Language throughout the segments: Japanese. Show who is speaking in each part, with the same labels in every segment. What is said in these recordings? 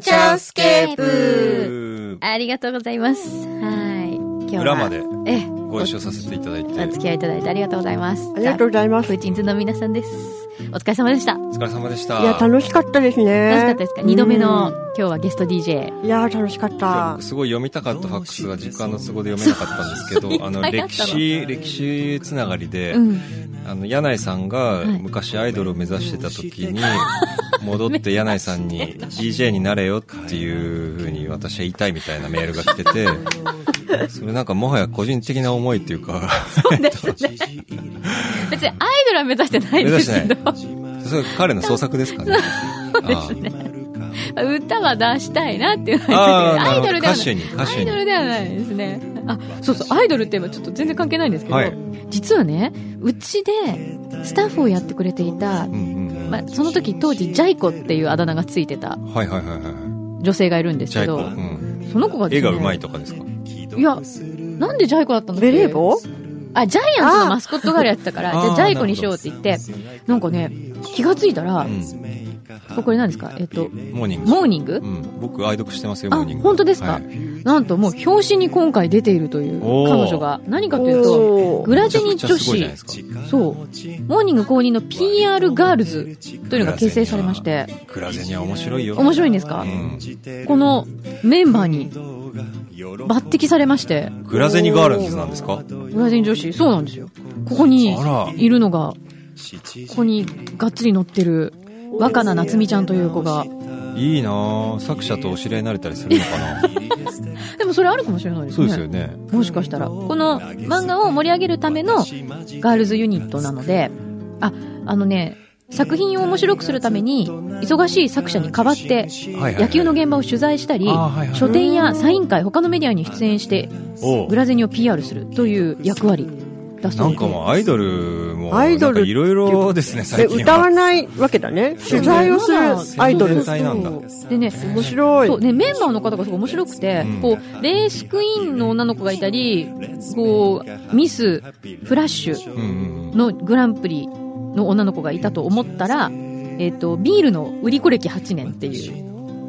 Speaker 1: チャースケープ
Speaker 2: う
Speaker 1: ありがとうございます。はい。今日は
Speaker 2: 裏まで
Speaker 1: ええ、
Speaker 2: ーご一緒させていただいて、
Speaker 1: お付き合いいただいてありがとうございます。
Speaker 3: ありがとうございま
Speaker 1: ザ
Speaker 3: す。
Speaker 1: フ
Speaker 3: い
Speaker 1: ーチンズの皆さんです。お疲れ様でした。
Speaker 2: お疲れ様でした。
Speaker 3: や、楽しかったですね。
Speaker 1: 楽しかったですか二度目の今日はゲスト DJ。
Speaker 3: うん。いや、楽しかった。
Speaker 2: すごい読みたかったファックスが時間の都合で読めなかったんですけど、あの、
Speaker 1: いっぱいあったの
Speaker 2: 歴史、歴史つながりで、
Speaker 1: うん。
Speaker 2: あの、柳井さんが
Speaker 1: はい
Speaker 2: 昔アイドルを目指してた時 に、戻って柳井さんに DJ になれよっていう風に私は言いたいみたいなメールが来 てて、それなんかもはや個人的な思いっていうか、
Speaker 1: 別にアイドルは目指してない
Speaker 2: 目
Speaker 1: で
Speaker 2: 指し
Speaker 1: す
Speaker 2: て
Speaker 1: けど、
Speaker 2: ない。それ彼の創作ですかね。そうですね。
Speaker 1: 歌は出したいなって いうの
Speaker 2: あ
Speaker 1: は
Speaker 2: ーな
Speaker 1: ア
Speaker 2: る
Speaker 1: イ
Speaker 2: ほど
Speaker 1: ドルではな
Speaker 2: 歌手
Speaker 1: い
Speaker 2: に。歌
Speaker 1: ア
Speaker 2: 手
Speaker 1: イドル
Speaker 2: に。
Speaker 1: ではないですね。あ、そうそう、アイドルって今ちょっと全然関係ないんですけど、
Speaker 2: はい
Speaker 1: 実はね、うちでスタッフをやってくれていた
Speaker 2: う、んうんうん
Speaker 1: まあ、その時当時ジャイコっていうあだ名がついてた
Speaker 2: はいはいはいはい。
Speaker 1: 女性がいるんです
Speaker 2: ジ
Speaker 1: け
Speaker 2: ャイコ。
Speaker 1: ど、
Speaker 2: うん。
Speaker 1: その子がで
Speaker 2: 絵
Speaker 1: すね、
Speaker 2: がうまいとかですか
Speaker 1: いや、なんでジャイコだったの
Speaker 3: ベレー帽
Speaker 1: あ、ジャイアンツのマスコットガールやってたから、
Speaker 2: あー
Speaker 1: じゃあジャイコにしようって言って、なんかね、気がついたら、
Speaker 2: うん。
Speaker 1: これ何ですかえっと、
Speaker 2: モーニング。
Speaker 1: モーニング、
Speaker 2: うん。僕愛読してますよ、
Speaker 1: あ
Speaker 2: モーニング。
Speaker 1: 本当ですか
Speaker 2: はい
Speaker 1: なんともう表紙に今回出ているという
Speaker 2: おー
Speaker 1: 彼女が、何かというと、
Speaker 3: おー
Speaker 1: グラジニ女
Speaker 2: めちゃくちゃすごい
Speaker 1: 子
Speaker 2: じゃないですか。
Speaker 1: そう、モーニング公認の PR ガールズというのが結成されまして、
Speaker 2: クラゼニア面白いよ。
Speaker 1: 面白いんですか、
Speaker 2: うん。
Speaker 1: このメンバーに抜擢されまして、
Speaker 2: クラゼニガールズなんですか
Speaker 1: ブラジル女子、そうなんですよ。ここに
Speaker 2: あら
Speaker 1: いるのが、ここにがっつり乗ってる若菜夏美ちゃんという子が、
Speaker 2: いいなぁ作者とお知り合いになれたりするのか な
Speaker 1: でもそれあるかもしれないです
Speaker 2: そう
Speaker 1: ね。
Speaker 2: ですよね。
Speaker 1: もしかしたら。この漫画を盛り上げるためのガールズユニットなので、あ、あのね、作品を面白くするために、忙しい作者に代わって、
Speaker 2: はいはいはい
Speaker 1: 野球の現場を取材したり
Speaker 2: あーはいはい、
Speaker 1: 書店やサイン会、他のメディアに出演して、
Speaker 2: おう
Speaker 1: グラゼニを PR するという役割だそう
Speaker 2: なん
Speaker 1: です
Speaker 2: かもうアイドルも、
Speaker 3: アイドル
Speaker 2: いろいろですね、
Speaker 3: え、
Speaker 2: 最近
Speaker 3: 歌わ
Speaker 2: は。
Speaker 3: ないわけだね。取材をするアイドル。
Speaker 2: そうなんだ
Speaker 1: でね、
Speaker 3: 面白い
Speaker 1: そうね、メンバーの方がすごい面白くて、
Speaker 2: うん
Speaker 1: こう、レースクイーンの女の子がいたり、こう、ミス、フラッシュ
Speaker 2: うんうんうん。
Speaker 1: のグランプリの女の子がいたと思ったら、えっ、と、ビールの売り子歴8年っていう。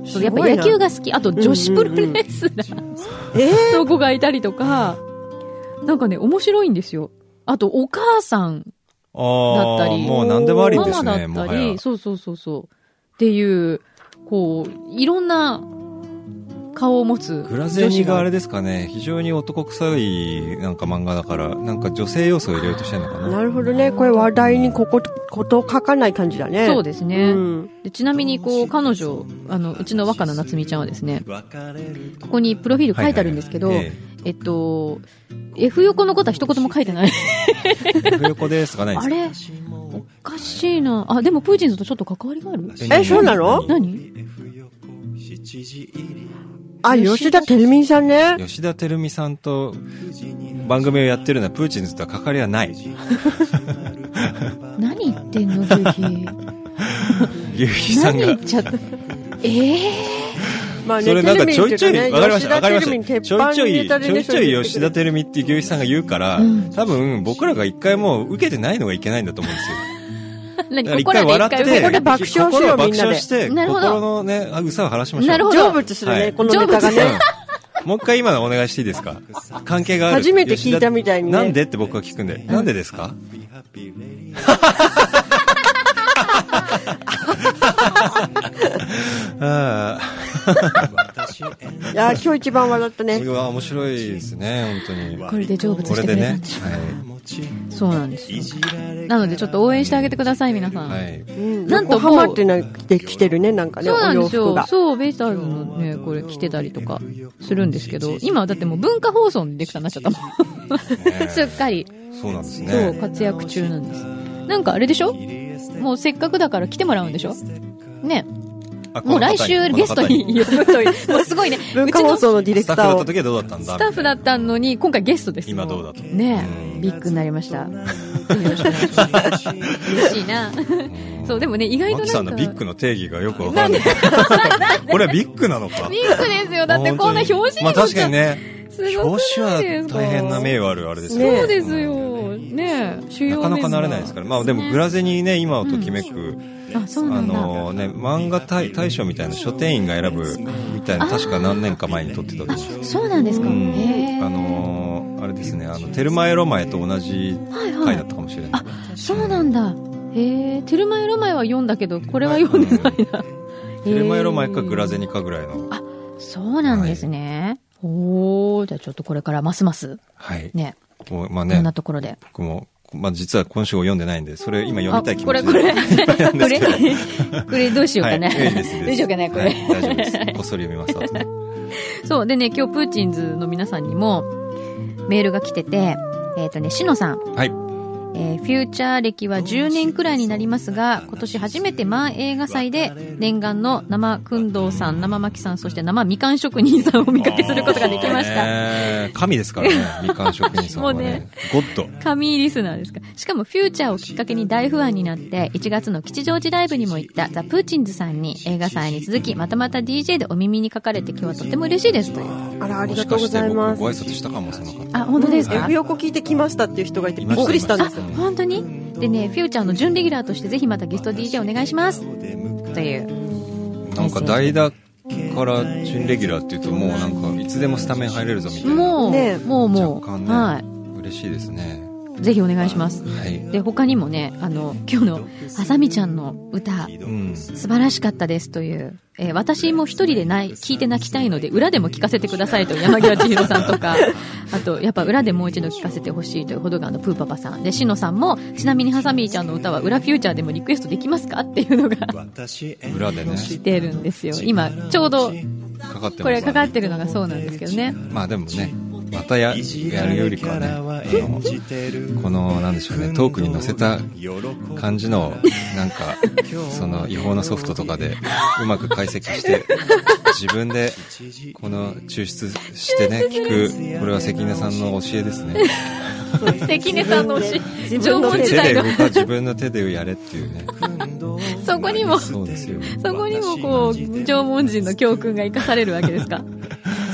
Speaker 1: そうやっぱ野球が好き、あと女子プロレスラー
Speaker 3: えー
Speaker 1: の子がいたりとか、なんかね、面白いんですよ。あと、お母さんだった
Speaker 2: ああ、
Speaker 1: り
Speaker 2: もう何でもありで
Speaker 1: マ
Speaker 2: す
Speaker 1: マだ
Speaker 2: ね、
Speaker 1: っ
Speaker 2: も
Speaker 1: た
Speaker 2: はや
Speaker 1: り、。そうそうそうそう。っていう、こう、いろんな顔を持つ
Speaker 2: グ
Speaker 1: 女
Speaker 2: ラ
Speaker 1: 子
Speaker 2: ゼニがあ
Speaker 1: が
Speaker 2: れですかね、非常に男臭いなんか漫画だから、なんか女性要素を入れようとしてるのかな。
Speaker 3: なるほどね。これ話題にここ、こと書かない感じだね。
Speaker 1: そうですね、
Speaker 3: うん
Speaker 1: でちなみにこう彼女あのうちの若菜夏美ちゃんはですねここにプロフィール書いてあるんですけど、
Speaker 2: はいはいえ
Speaker 1: えっと F 横のことは一言も書いてない
Speaker 2: えふよこですとかないんです
Speaker 1: あ
Speaker 2: か
Speaker 1: れおかしいなあでもプーチンズとちょっと関わりがある
Speaker 3: えそうなの
Speaker 1: 何
Speaker 3: あ、吉田照美さんね。
Speaker 2: 吉田照美さんと番組をやってるのはプーチンズとは関わりはない。
Speaker 1: 何言ってんの牛皮
Speaker 2: ゆうひさん
Speaker 1: 何
Speaker 2: が
Speaker 1: 言っ。ちゃったええ
Speaker 3: まあ
Speaker 2: それなんかちょいちょい、わかりました、わか
Speaker 3: わか
Speaker 2: り
Speaker 3: り
Speaker 2: ま
Speaker 3: ま
Speaker 2: し
Speaker 3: した。
Speaker 2: た。ち
Speaker 3: ち
Speaker 2: ょ
Speaker 3: ょ
Speaker 2: い
Speaker 3: い
Speaker 2: ち
Speaker 3: ち
Speaker 2: ょい、
Speaker 3: ょい、
Speaker 2: ちょいちょい吉田
Speaker 3: 照
Speaker 2: 照美っていう牛肥さんが言うから
Speaker 1: うん、
Speaker 2: 多分僕らが一回も受けてないのがいけないんだと思うんですよ。
Speaker 1: 何
Speaker 2: だから
Speaker 1: ここらで一回
Speaker 3: ここで
Speaker 1: 受
Speaker 3: 爆笑しよう
Speaker 2: 心を爆
Speaker 3: みんな
Speaker 2: 笑
Speaker 3: で
Speaker 2: して、
Speaker 1: なるほど
Speaker 2: 心のね、うさを晴らしましょう。
Speaker 1: なるほど
Speaker 3: 成仏する
Speaker 2: は
Speaker 3: ね、
Speaker 2: い
Speaker 3: このネタがね。
Speaker 2: うんもう一回今のお願いしていいですか関係がある。
Speaker 3: 初めて聞いたみたいにね
Speaker 2: 吉田なんでって僕は聞くんで。なんでです かあ
Speaker 3: いや、今日一番笑った
Speaker 2: あ、
Speaker 3: ね
Speaker 2: これ。は面白いですね、本当
Speaker 1: これで成
Speaker 2: に。
Speaker 1: 仏
Speaker 2: こ
Speaker 1: し
Speaker 2: れ
Speaker 1: てくれ
Speaker 2: で
Speaker 1: た
Speaker 2: ね
Speaker 1: んで。
Speaker 2: は
Speaker 1: そうなんですよなのでちょっと応援してあげてください皆さん、
Speaker 2: い。はい。
Speaker 3: うん
Speaker 1: なんと
Speaker 3: 横浜ってなってきてるね、なんかね、
Speaker 1: そうなんです
Speaker 3: お洋服
Speaker 1: よ。
Speaker 3: が。
Speaker 1: そう、ベイスターズのね、これ着てたりとかするんですけど、今はだってもう文化放送のディレクターになっちゃったもん。 すっかり、
Speaker 2: そうなんです
Speaker 1: そう、
Speaker 2: ね。
Speaker 1: 活躍中なんです。なんかあれでしょもうせっかくだから来てもらうんでしょね。
Speaker 2: あこ
Speaker 1: もう
Speaker 2: の方
Speaker 1: 来
Speaker 2: に
Speaker 1: 週ゲスト
Speaker 2: こ
Speaker 1: に呼 ぶという、もうすごいね。
Speaker 3: 文化放
Speaker 1: うちの
Speaker 3: 送のディレ
Speaker 2: の方にス
Speaker 3: ク
Speaker 2: タ
Speaker 3: タ
Speaker 2: ッフだ
Speaker 3: ー
Speaker 2: っ
Speaker 3: を
Speaker 2: た。時はどうだったんだ
Speaker 1: スタッフだ
Speaker 2: っ
Speaker 1: ったのに、今回ゲストです。
Speaker 2: 今どうだと。
Speaker 1: ね
Speaker 2: う
Speaker 1: え、
Speaker 2: ん
Speaker 1: ビッグになりました。よろしくお願いします嬉しいな。そう、でもね、意外
Speaker 2: マ
Speaker 1: と
Speaker 2: キさ
Speaker 1: なんんか。
Speaker 2: のビッグの定義がよくわからない。これはビッグなのか
Speaker 1: ビ。ッグですよ。だってこんな表紙に
Speaker 2: ま
Speaker 1: 載っ
Speaker 2: あ確
Speaker 1: ち
Speaker 2: か
Speaker 1: ゃう
Speaker 2: にね。
Speaker 1: すごく
Speaker 2: 表紙
Speaker 1: ない
Speaker 2: は
Speaker 1: ですか
Speaker 2: 大変な名誉あるあれですよ
Speaker 3: ね
Speaker 1: そうですよ。ねえ、主
Speaker 2: な
Speaker 1: 要
Speaker 2: か
Speaker 1: メンバー
Speaker 2: なかなれないですから。まあでも、グラゼニーね、今をときめく、
Speaker 1: あ、そうな
Speaker 2: あ
Speaker 1: んだ。
Speaker 2: のね、漫画大大賞みたいな書店員が選ぶみたいな、確か何年か前に撮ってたと思う
Speaker 1: そうなんですか。
Speaker 2: うん
Speaker 1: へえ。
Speaker 2: あのーあれですね、あの、テルマエロマエと同じ
Speaker 1: はいは
Speaker 2: 回
Speaker 1: い
Speaker 2: だっ。たかもしれない。
Speaker 1: そうなんだ。へえ、テルマエロマエは読んだけど、これは読んでないな。
Speaker 2: テルマエロマエかグラ
Speaker 1: ゼ。
Speaker 2: ゼニかぐらいの。
Speaker 1: そうなんですね。おお、じゃあちょっとこれからますます、
Speaker 2: はい。
Speaker 1: ね、
Speaker 2: こうま
Speaker 1: いろ
Speaker 2: あ
Speaker 1: ん
Speaker 2: ね
Speaker 1: な、ところで。
Speaker 2: 僕も、まあ実は今週を読んでないんで、それ今読みたい気持
Speaker 1: こ
Speaker 2: ち
Speaker 1: れ、
Speaker 2: で
Speaker 1: これ、これ、これどうしようかな。
Speaker 2: はい、いいです
Speaker 1: どうしようかな、これ。
Speaker 2: はい大丈夫です。こっそり読みます、後で
Speaker 1: そう、でね、今日プーチンズの皆さんにもメールが来てて、えっ、とね、しのさん、
Speaker 2: はい。
Speaker 1: えーフューチャー歴は10年くらいになりますが、今年初めてマン映画祭で、念願の生くんどうさん、生まきさん、そして生みかん職人さんを見かけすることができました。
Speaker 2: ねえ神ですからね、みかん職人さんは
Speaker 1: もう
Speaker 2: ね
Speaker 1: ね。
Speaker 2: ゴッド。
Speaker 1: 神リスナーですか。しかも、フューチャーをきっかけに大不安になって、1月の吉祥寺ライブにも行ったザ・プーチンズさんに映画祭に続き、またまた DJ でお耳にかかれて今日はとても嬉しいですという。
Speaker 3: あら、あり
Speaker 2: もし
Speaker 3: がと
Speaker 2: か
Speaker 3: うご
Speaker 2: して
Speaker 3: ざい
Speaker 2: 僕ご
Speaker 3: ま
Speaker 2: 挨
Speaker 3: す。
Speaker 2: 拶したかも、その方。
Speaker 1: あ、本当です
Speaker 3: うん
Speaker 1: か
Speaker 3: F 横聞いてきましたっていう人がいて
Speaker 2: い
Speaker 3: び
Speaker 2: ました
Speaker 3: っくりしたんですよ。
Speaker 1: 本当にでね、フューチャーの準レギュラーとしてぜひまたゲスト DJ お願いしますという。
Speaker 2: なんか代打から準レギュラーっていうともうなんかいつでもスタメン入れるぞみたいな
Speaker 1: もう、
Speaker 3: ねえ
Speaker 1: もうもう、
Speaker 2: 若干ね、
Speaker 1: は
Speaker 2: 嬉しいですね
Speaker 1: い。ぜひお願いします。
Speaker 2: はい、
Speaker 1: で、他にもね、あの、今日の、あさみちゃんの歌、
Speaker 2: うん、
Speaker 1: 素晴らしかったですという、えー私も一人でない、聞いて泣きたいので、裏でも聞かせてくださいという山際千尋さんと か、あと、やっぱ裏でもう一度聞かせてほしいというほどがあの、プーパパさん。で、しのさんも、ちなみにハサミちゃんの歌は裏フューチャーでもリクエストできますかっていうのが
Speaker 2: 裏でね
Speaker 1: 来てるんですよ。今、ちょうど、
Speaker 2: かかってます、ね、
Speaker 1: これかかってるのがそうなんですけどね。
Speaker 2: まあでもねまたややるよりかはねあのこのなんでしょうねトークに載せた感じのなんかその違法なソフトとかでうまく解析して自分でこの抽出してね聞くこれは関根さんの教えですね
Speaker 1: 関根さんの推し、縄文時
Speaker 2: 手
Speaker 1: 代
Speaker 2: で
Speaker 1: の、
Speaker 2: 動か自分の手でやれっていうね
Speaker 1: そこにも、そ
Speaker 2: そうですよ
Speaker 1: こにもこう、縄文人の教訓が生かされるわけですか。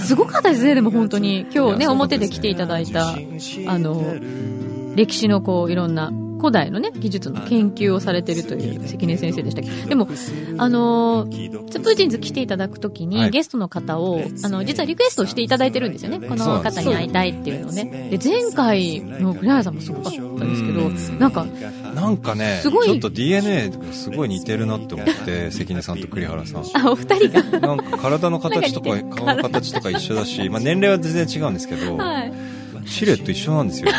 Speaker 1: すごかったですね、でも本当に。今日
Speaker 2: いやそうですね
Speaker 1: ね、表で来ていただいた、あの、歴史のこう、いろんな、古代のね、技術の研究をされてるという関根先生でしたけど、でも、あのー、プーチンズ来ていただくとき
Speaker 2: は
Speaker 1: に、
Speaker 2: い
Speaker 1: ゲストの方を、あの、実はリクエストをしていただいてるんですよね。この方に会いたいっていうのをね。で、前回の栗原さんもすごかったですけど、なんか、
Speaker 2: なんかね、ち
Speaker 1: すごい
Speaker 2: ょっと DNA がすごい似てるなって思って、関根さんと栗原さん。
Speaker 1: あ、お二人が。
Speaker 2: なんか体の形とか
Speaker 1: なんか似てる
Speaker 2: 顔の形とか一緒だし、まあ年齢は全然違うんですけど、
Speaker 1: はい。
Speaker 2: シルエット一緒なんですよ。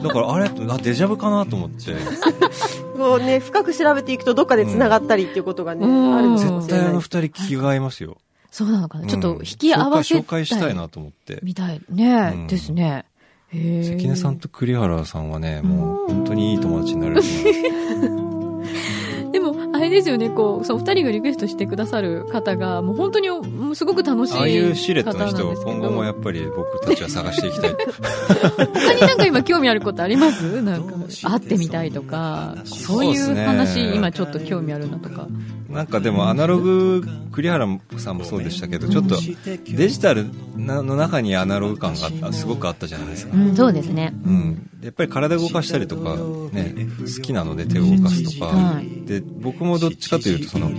Speaker 2: だからあれあデジャブかなと思って、
Speaker 3: こうね、深く調べていくとどっかで繋がったりっていうことがね、
Speaker 1: うん
Speaker 3: あるのかも
Speaker 2: 絶対
Speaker 3: しれ
Speaker 2: あ
Speaker 3: な
Speaker 2: の
Speaker 3: い。
Speaker 2: 二人気が合いますよ。
Speaker 1: そうなのかな、
Speaker 2: うん
Speaker 1: ちょっと引き合わせ
Speaker 2: 紹介紹介したいなと思って。
Speaker 1: みたいね、
Speaker 2: うん
Speaker 1: ですね。へえ
Speaker 2: 関根さんと栗原さんはね、もう本当にいい友達に なれると思います。
Speaker 1: でも、あれですよね、こう、そう、お二人がリクエストしてくださる方が、もう本当に、もうすごく楽しい方
Speaker 2: あ
Speaker 1: な
Speaker 2: あ
Speaker 1: ん
Speaker 2: い
Speaker 1: で
Speaker 2: う
Speaker 1: す
Speaker 2: シ
Speaker 1: け
Speaker 2: ルエ
Speaker 1: ど。
Speaker 2: ットの人を今後もやっぱり僕たちは探してい きたい。
Speaker 1: 他になんか今興味あることありますなんか、会ってみたいとか、そうい
Speaker 2: そうっす
Speaker 1: う
Speaker 2: ね
Speaker 1: 話、今ちょっと興味あるなとか。
Speaker 2: なんかでもアナログ栗原さんもそうでしたけどちょっとデジタルなの中にアナログ感があったすごくあったじゃないですか、
Speaker 1: ん、そうですね。
Speaker 2: うん、やっぱり体動かしたりとか、ね、好きなので手を動かすとか、
Speaker 1: はい
Speaker 2: で僕もどっちかというとその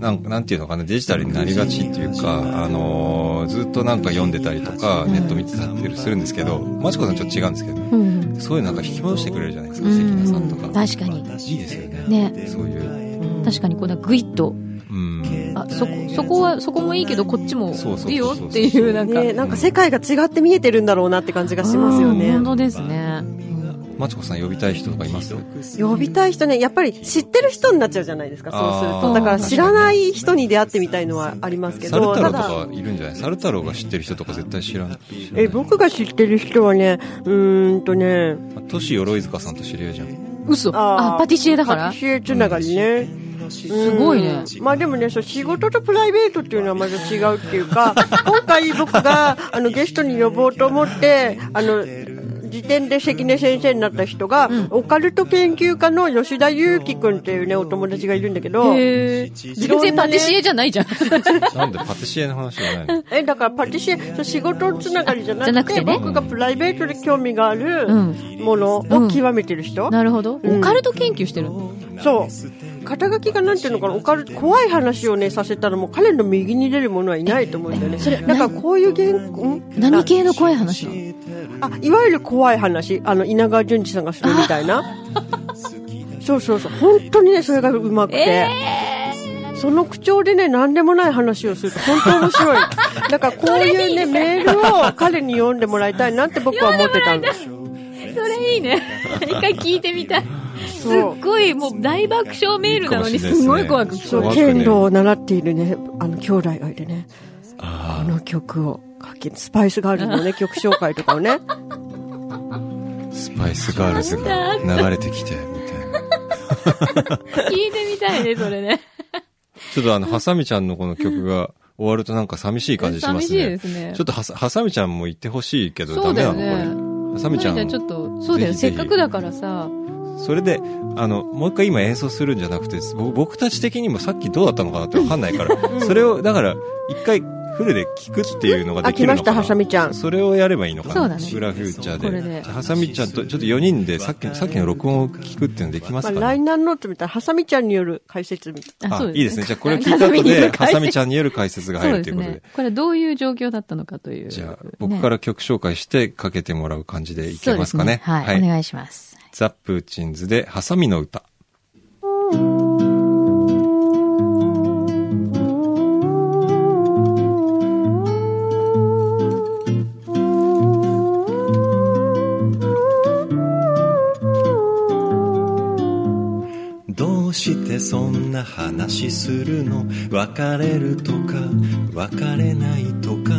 Speaker 2: なんなんていうのかなデジタルになりがちっていうか、あのーずっとなんか読んでたりとかネット見てたりするんですけどマチコさんちょっと違うんですけど、ね、
Speaker 1: うん。
Speaker 2: そういうなんか引き戻してくれるじゃないです
Speaker 1: う
Speaker 2: か関根さん
Speaker 1: ん
Speaker 2: とか、
Speaker 1: 確かに。
Speaker 2: いいですよね
Speaker 1: ね。
Speaker 2: そういう、
Speaker 1: 確かに、こう、ぐいっと、
Speaker 2: うん、
Speaker 1: あ、そこ、そこは、そこもいいけど、こっちも
Speaker 2: そうそうそうそう
Speaker 1: いいよっていう、なんか。
Speaker 3: ね、なんか世界が違って見えてるんだろうなって感じがしますよね
Speaker 1: 本。当ですね。
Speaker 2: マチコさん呼びたい人とかいます
Speaker 3: 呼びたい人ね、やっぱり知ってる人になっちゃうじゃないですか、そうする
Speaker 2: あー
Speaker 3: と。だから知らない人に出会ってみたいのはありますけ
Speaker 2: サル
Speaker 3: ど、
Speaker 2: 太
Speaker 3: た
Speaker 2: 郎
Speaker 3: だ、
Speaker 2: とかいるんじゃないサル太郎が知ってる人とか絶対知らない。
Speaker 3: え、僕が知ってる人はね、うーんとね、
Speaker 2: トシ鎧塚さんと知り合いじゃん。
Speaker 1: 嘘あ
Speaker 3: ー
Speaker 1: パティシエだか
Speaker 3: パ
Speaker 1: ら
Speaker 3: ティシエつながりね。す
Speaker 1: ごいね
Speaker 3: まあでもね、そう仕事とプライベートっていうのはまず違 うっていうか、今回僕があのゲストに呼ぼうと思って、あの、時点で関根先生になった人が、オカルト研究家の吉田裕樹くんっていうね、お友達がいるんだけど、
Speaker 1: へー全然パティシエじゃないじゃん。
Speaker 2: なんでパティシエの話じゃないの
Speaker 3: え、だからパティシエ、そう仕事つながりじゃなく
Speaker 1: じ
Speaker 3: て
Speaker 1: ゃなくてね
Speaker 3: 僕がプライベートで興味がある
Speaker 1: うん
Speaker 3: ものを極めてる人、
Speaker 1: なるほど。
Speaker 3: うん
Speaker 1: オカルト研究してるの。
Speaker 3: そう。肩書きがなんていうのかな、オカルト、怖い話をね、させたらもう彼の右に出るものはいないと思うんだよね。
Speaker 1: それ
Speaker 3: だからこういう言語、ん
Speaker 1: 何系の怖い話なの
Speaker 3: あ、いわゆる怖い話、あの、稲川淳二さんがするみたい な。そうそうそう。本当にね、それがうまくて。その口調でね、何でもない話をすると本当面白い。だからこう いうね、メールを彼に読んでもらいたいなって僕は思ってたんです。
Speaker 1: それいいね。 一回聞いてみたい。すっ
Speaker 3: そう
Speaker 1: ごい、もう大爆笑メールなのに、すごい怖く聞
Speaker 3: そ
Speaker 1: こ
Speaker 3: う、
Speaker 2: 怖くね
Speaker 3: 剣道を習っているね、あの、兄弟がいてね、こ
Speaker 2: あ
Speaker 3: の曲を書き、スパイスガールズ のね、曲紹介とかをね。
Speaker 2: あ、スパイスガールズが流れてきて、みたいな。
Speaker 1: える。聞いてみたいね、それね。
Speaker 2: ちょっとあの、ハサミちゃんのこの曲が終わるとなんか寂しい感じしますね。
Speaker 1: 寂しいですね
Speaker 2: ちょっとはさハサミちゃんも行ってほしいけど、
Speaker 1: そうだよ
Speaker 2: ダメ
Speaker 1: ね
Speaker 2: なのこれ。ハサミちゃ
Speaker 1: まり
Speaker 2: ん、
Speaker 1: ちょっと、そうだよ、
Speaker 2: ぜひぜ
Speaker 1: せ
Speaker 2: ひ
Speaker 1: っかくだからさ。
Speaker 2: それで、あの、もう一回今演奏するんじゃなくて、ぼ僕たち的にもさっきどうだったのかなってわかんない から、それを、だから、一回フルで聞くっていうのが
Speaker 3: あ、
Speaker 2: でき
Speaker 3: 来
Speaker 2: る
Speaker 3: ま
Speaker 2: の
Speaker 3: し
Speaker 2: か
Speaker 3: た、
Speaker 2: な。
Speaker 3: ハサミちゃん。
Speaker 2: それをやればいいのかな。
Speaker 1: そうだね
Speaker 2: 裏フューチャ
Speaker 1: これで
Speaker 2: ーで。ハサミちゃんと、ちょっと4人でさっきの、さっきの録音を聞くっていうのできます
Speaker 3: ま
Speaker 2: か
Speaker 3: あ、
Speaker 2: ね
Speaker 3: ラインナーノートみたいな、ハサミちゃんによる解説みたい
Speaker 1: あ、そう
Speaker 2: いいですね。じゃあこれを聞い
Speaker 1: ハ
Speaker 2: た
Speaker 1: サ ミ
Speaker 2: 後
Speaker 1: によ
Speaker 2: で、
Speaker 1: る
Speaker 2: ハ
Speaker 1: 解説
Speaker 2: サミちゃんによる解説が入
Speaker 1: そ
Speaker 2: る
Speaker 1: うで
Speaker 2: と
Speaker 1: す
Speaker 2: いうことで。
Speaker 1: ね。これどういう状況だったのかという。
Speaker 2: じゃあ、僕から
Speaker 1: ね、
Speaker 2: 曲紹介してかけてもらう感じでい
Speaker 1: そ
Speaker 2: け
Speaker 1: うで
Speaker 2: ますかね。
Speaker 1: はい、お願いします。
Speaker 2: ザ・プーチンズで、ハサミの歌。
Speaker 4: どうしてそんな話するの別れるとか別れないとか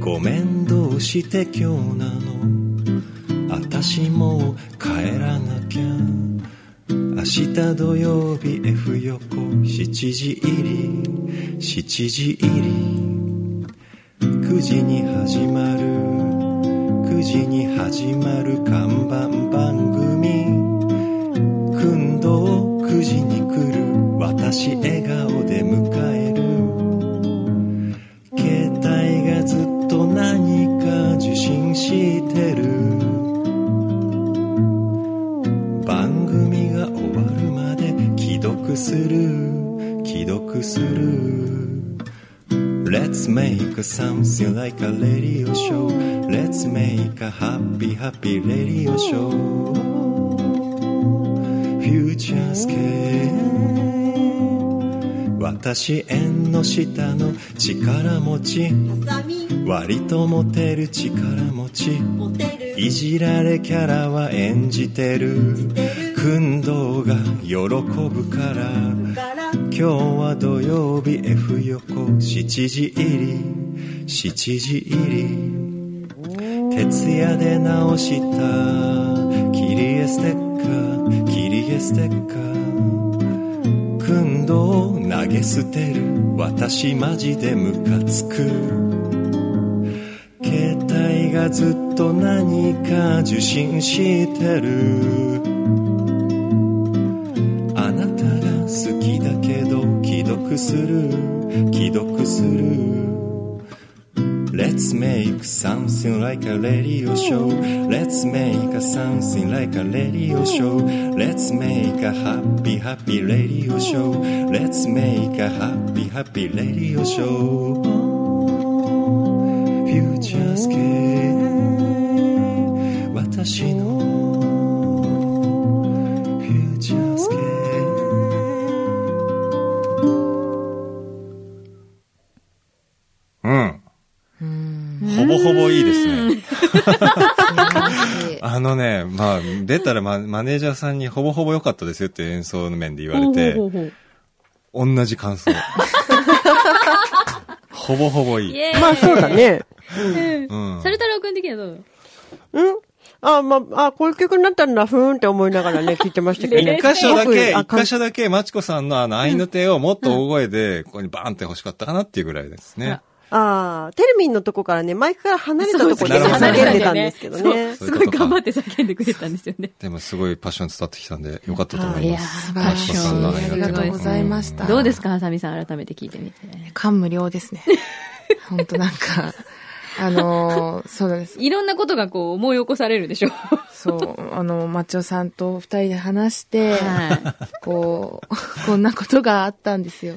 Speaker 4: ごめんどうして今日なの私もう帰らなきゃ明日土曜日 F 横7時入り7時入り9時に始まる9時に始まる看板番組君堂9時に来る私笑顔で迎える携帯がずっと何か受信してる番組が終わるまで既読する既読する Let's make something like a radio show Let's make a happy happy radio show Future Scape 私縁の下の力持ち割とモテる力持ちいじられキャラは演じてる君堂が喜ぶから今日は土曜日 F 横7時入り7時入り徹夜で直した切り絵ステッカー切り絵ステッカー君堂を投げ捨てる私マジでムカつく携帯がずっと何か受信してるあなたが好きだけど既読する既読する Let's make something like a radio show. Let's make a something like a radio show. Let's make a happy, happy radio show. Let's make a happy, happy radio show. Future Scape 私の Future Scape
Speaker 2: うん。ほぼほぼいいですね。 あのね、まあ、出たらママネージャーさんにほぼほぼ良かったですよって演奏の面で言われて、
Speaker 1: うほう。
Speaker 2: 同じ 感想。ほぼほぼい
Speaker 1: イ
Speaker 2: い。
Speaker 1: エー
Speaker 3: な。
Speaker 1: イ
Speaker 3: まあそうだ。ね。
Speaker 2: うん
Speaker 1: サルタロウ君的にはどう
Speaker 3: うんあ、まあ、あ、こういう曲になったんだ、ふーんって思いながらね、聞いてましたけどね。
Speaker 2: 一箇所だけ、
Speaker 3: すごくあ
Speaker 2: 一箇所だけ、まちこさんのあの、愛の手をもっと大声で、ここにバーンって欲しかったかなっていうぐらいです
Speaker 1: ほ
Speaker 2: ね
Speaker 1: ら。
Speaker 3: ああ、テルミンのとこからね、マイクから離れたとこ
Speaker 1: そ
Speaker 3: で
Speaker 1: うそう
Speaker 3: 叫んでたんですけどね。
Speaker 1: すごい頑張って叫んでくれたんですよね。
Speaker 2: でもすごいパッション伝わってきたんで、よかったと思
Speaker 1: い
Speaker 2: い
Speaker 1: やー
Speaker 2: ます。
Speaker 1: パッション
Speaker 2: マチコさんの
Speaker 1: ありがとうご
Speaker 5: ざいました
Speaker 2: うん
Speaker 1: どうですか、ハサミさん、改めて聞いてみて。
Speaker 5: 感無 量ですね。本当なんか、あのーそうなんです。
Speaker 1: いろんなことがこう思い起こされるでしょ。
Speaker 5: そう、あの、マッチョさんと二人で話して、
Speaker 1: は
Speaker 5: こう、こんなことがあったんですよ。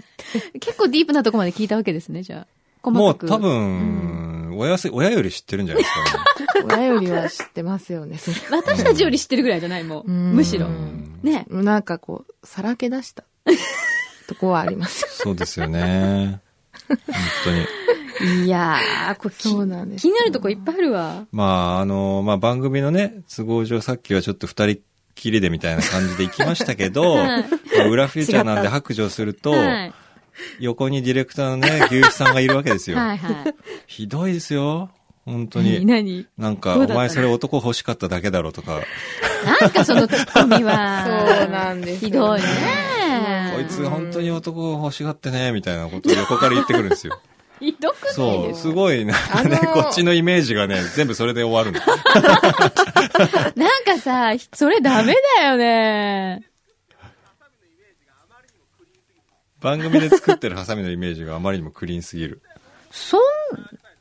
Speaker 1: い。結構ディープなとこまで聞いたわけですね、じゃあ。細
Speaker 2: もう
Speaker 1: かく
Speaker 2: 多分、親せ、親より知ってるんじゃないですかね。
Speaker 5: 親よりは知ってますよね、 それは
Speaker 1: 私たちより知ってるぐらいじゃない、もう。
Speaker 5: うん
Speaker 1: むしろ
Speaker 2: う。ん
Speaker 1: ね。
Speaker 5: なんかこう、さらけ出したとこはあ ります。
Speaker 2: そうですよね。本当に。
Speaker 1: いやー、これ気
Speaker 5: そうなんです
Speaker 1: 気になるとこいっぱいあるわ。
Speaker 2: まあ、あの、まあ番組のね、都合上さっきはちょっと二人っきりでみたいな感じで行きましたけど、
Speaker 1: はい
Speaker 2: まあ裏フューチャーなんで白状すると、
Speaker 1: はい。
Speaker 2: 横にディレクターのね、牛肥さんがいるわけですよ。
Speaker 1: はいはい。
Speaker 2: ひどいですよ。本当
Speaker 1: 何
Speaker 2: に。
Speaker 1: 何
Speaker 2: なんか、
Speaker 1: どうだ
Speaker 2: お
Speaker 1: ったの
Speaker 2: 前それ男欲しかっただけだろうとか、
Speaker 1: なんかそのツッコミは。
Speaker 5: そうなんです
Speaker 1: ひど
Speaker 5: よ
Speaker 1: いね。
Speaker 2: こいつ本当に男欲しがってね、みたいなことを横から言ってくるん ですよ。
Speaker 1: ひどくない
Speaker 2: そ
Speaker 1: で
Speaker 2: う、
Speaker 1: す
Speaker 2: すごい、なんかね
Speaker 5: あ、の
Speaker 2: こっちのイメージがね、全部それで終わるの。
Speaker 1: かなんかさ、ひそれダメだよね。
Speaker 2: 番組で作ってるハサミのイメージがあまりにもクリーンすぎる。
Speaker 1: そん、